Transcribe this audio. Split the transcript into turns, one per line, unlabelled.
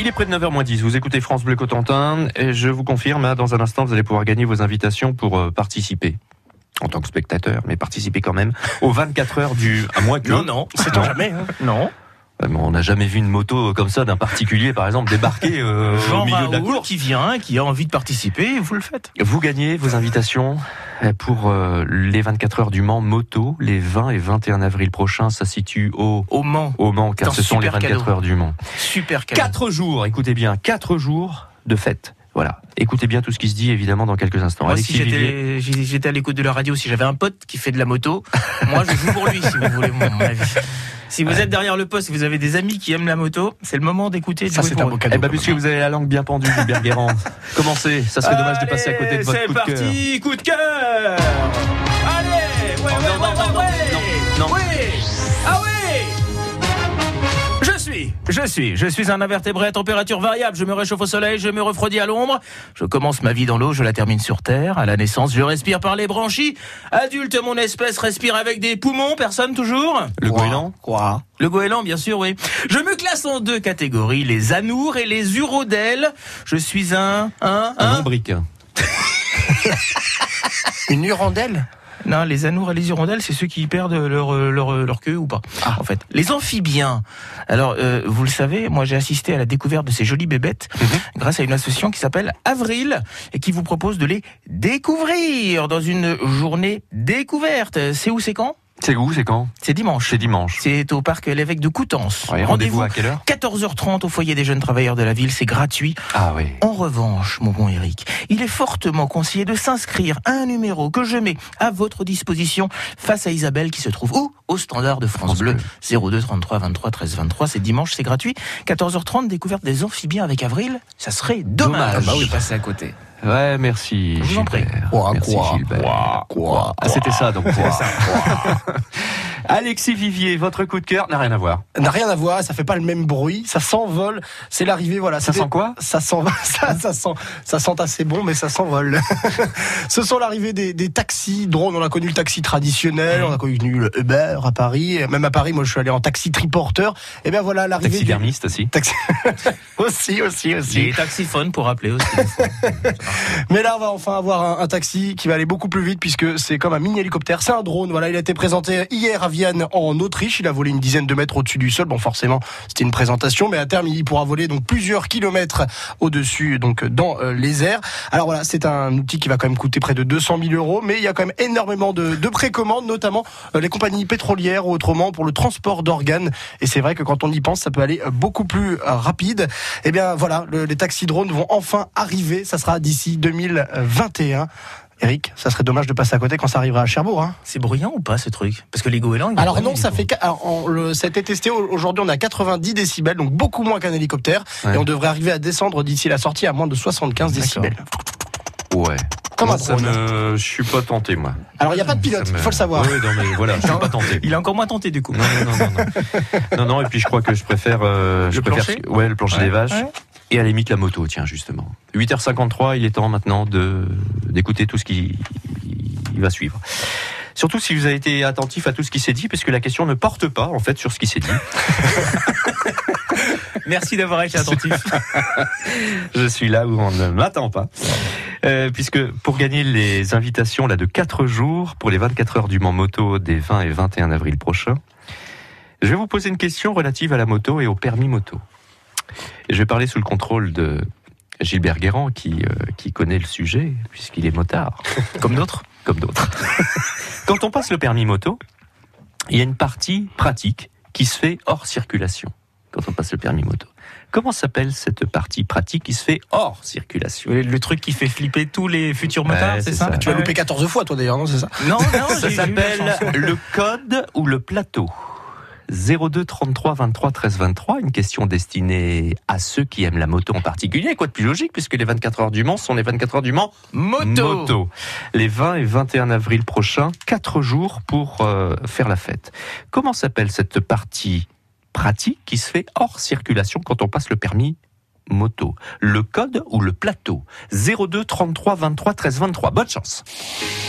Il est près de 9h 10, vous écoutez France Bleu Cotentin et je vous confirme, hein, dans un instant, vous allez pouvoir gagner vos invitations pour euh, participer en tant que spectateur, mais participer quand même aux 24 heures du. À moins que.
Non, non, c'est
Non.
jamais. hein.
Non.
Euh, On n'a jamais vu une moto euh, comme ça d'un particulier, par exemple, débarquer euh, au
Jean
milieu de la
Raoul
course.
qui vient, qui a envie de participer, vous le faites.
Vous gagnez vos invitations euh, pour euh, les 24 heures du Mans moto, les 20 et 21 avril prochains. Ça se situe au,
Au Mans,
au Mans, car
Putain,
ce sont les
super
24
cadeau.
heures du Mans.
super cadeau.
Quatre jours, écoutez bien, quatre jours de fête. Voilà. Écoutez bien tout ce qui se dit, évidemment, dans quelques instants.
Moi, si
Alexis
j'étais
Vivier.
j'ai- j'étais à l'écoute de la radio, si j'avais un pote qui fait de la moto, moi je joue pour lui, si vous voulez mon mon avis. Si vous êtes derrière le poste, si vous avez des amis qui aiment la moto, c'est le moment d'écouter. de
Ça,
jouer
c'est
pour
un
eux.
beau cadeau.
Eh ben,
quand
puisque vous avez la langue bien pendue, Gilbert Guérand, commencez. Ça serait dommage de passer à côté de votre
Allez,
coup de
C'est
cœur.
parti, coup de cœur Allez Ouais,
Oh,
ouais,
non,
ouais,
non,
ouais,
non, non,
ouais.
non.
Ouais. Ah ouais je suis, je suis, je suis un invertébré à température variable. Je me réchauffe au soleil, je me refroidis à l'ombre. Je commence ma vie dans l'eau, je la termine sur terre. À la naissance, je respire par les branchies. Adulte, mon espèce respire avec des poumons. Personne toujours
Le
Quoi
goéland
Quoi
le goéland, bien sûr, oui. Je me classe en deux catégories, les anours et les urodèles. Je suis un, un,
Un
un.
lombric.
Une hirondelle
Non, les anours et les hirondelles, c'est ceux qui perdent leur, euh, leur, euh, leur queue ou pas.
Ah.
En fait, les amphibiens. Alors, euh, vous le savez, moi j'ai assisté à la découverte de ces jolies bébêtes
Mhm.
grâce à une association qui s'appelle Avril et qui vous propose de les découvrir dans une journée découverte. C'est où, c'est quand
C'est où, c'est quand
C'est dimanche.
C'est dimanche.
C'est au parc l'évêque de Coutances.
Ouais, Rendez-vous à quelle heure
14h30 au foyer des jeunes travailleurs de la ville, c'est gratuit.
Ah oui.
En revanche, mon bon Eric, il est fortement conseillé de s'inscrire à un numéro que je mets à votre disposition face à Isabelle qui se trouve où Au standard de France
France
Bleu, 02 33 23 13 23, c'est dimanche, c'est gratuit. 14h30, découverte des amphibiens avec Avril, ça serait dommage.
Ah bah oui, passer à côté.
Ouais, merci.
Je vous en prie.
Gilbert.
Quoi,
merci
quoi,
Gilbert.
quoi, quoi,
Ah, c'était ça donc. quoi. Alexis Vivier, votre coup de cœur n'a rien à voir.
N'a rien à voir, ça fait pas le même bruit, ça s'envole, c'est l'arrivée, voilà.
Ça
c'était-
sent quoi
ça sent, ça, ça sent, ça sent assez bon, mais ça s'envole. Ce sont l'arrivée des, des taxis drones. On a connu le taxi traditionnel, on a connu le Uber à Paris. Et Même à Paris, moi, je suis allé en taxi triporteur. Et bien voilà l'arrivée. du-
Taxidermiste aussi.
Taxi. aussi, aussi, aussi.
Les taxiphones pour rappeler aussi.
Mais là, on va enfin avoir un, un taxi qui va aller beaucoup plus vite puisque c'est comme un mini-hélicoptère. C'est un drone. Voilà, il a été présenté hier à Vienne en Autriche. Il a volé une dizaine de mètres au-dessus du sol. Bon, forcément, c'était une présentation, mais à terme, il pourra voler donc plusieurs kilomètres au-dessus, donc dans euh, les airs. Alors voilà, c'est un outil qui va quand même coûter près de 200 000 euros, mais il y a quand même énormément de, de précommandes, notamment euh, les compagnies pétrolières ou autrement pour le transport d'organes. Et c'est vrai que quand on y pense, ça peut aller euh, beaucoup plus euh, rapide. Eh bien voilà, le- les taxis drones vont enfin arriver. Ça sera d'ici 2021. Eric, ça serait dommage de passer à côté quand ça arrivera à Cherbourg. hein.
C'est bruyant ou pas ce truc Parce que les goélands. ils vont
Alors
pas
non,
aimer,
ça
du
fait.
coup.
qu'à- alors, on- le- ça a été testé au- aujourd'hui. On a 90 décibels, donc beaucoup moins qu'un hélicoptère.
Ouais.
Et on devrait arriver à descendre d'ici la sortie à moins de 75
D'accord.
décibels.
Ouais.
Comme un
ça
drone.
me... Je suis pas tenté moi.
Alors il n'y a pas de pilote,
Ça me-
faut le savoir.
Ouais, non mais voilà, je suis pas tenté.
Il est encore moins tenté du coup.
Non non non non. non. non non et puis je crois que je préfère euh, je
Le
préfère
plancher
ouais le plancher
Ouais,
des vaches
ouais.
et à la limite la moto tiens justement. 8h53, il est temps maintenant de d'écouter tout ce qui qui va suivre. Surtout si vous avez été attentif à tout ce qui s'est dit parce que la question ne porte pas en fait sur ce qui s'est dit.
Merci d'avoir été attentif.
Je suis là où on ne m'attend pas. Euh, puisque pour gagner les invitations là de 4 jours pour les 24 heures du Mans Moto des 20 et 21 avril prochains, je vais vous poser une question relative à la moto et au permis moto. Et je vais parler sous le contrôle de Gilbert Guérand qui, euh, qui connaît le sujet puisqu'il est motard
Comme d'autres.
comme d'autres. Quand on passe le permis moto, il y a une partie pratique qui se fait hors circulation. Quand on passe le permis moto. Comment s'appelle cette partie pratique qui se fait hors circulation
Le, le truc qui fait flipper tous les futurs
Ah Ouais,
motards,
c'est
c'est ça,
ça.
Tu vas louper 14 fois, toi d'ailleurs, non C'est ça
Non, non,
Ça
j'ai- j'ai eu la chance.
s'appelle le code ou le plateau. 02 33 23 13 23, une question destinée à ceux qui aiment la moto en particulier. Quoi de plus logique, puisque les 24 heures du Mans sont les 24 heures du Mans
Moto.
Les 20 et 21 avril prochains, 4 jours pour euh, faire la fête. Comment s'appelle cette partie pratique qui se fait hors circulation quand on passe le permis moto Le code ou le plateau 02 33 23 13 23. Bonne chance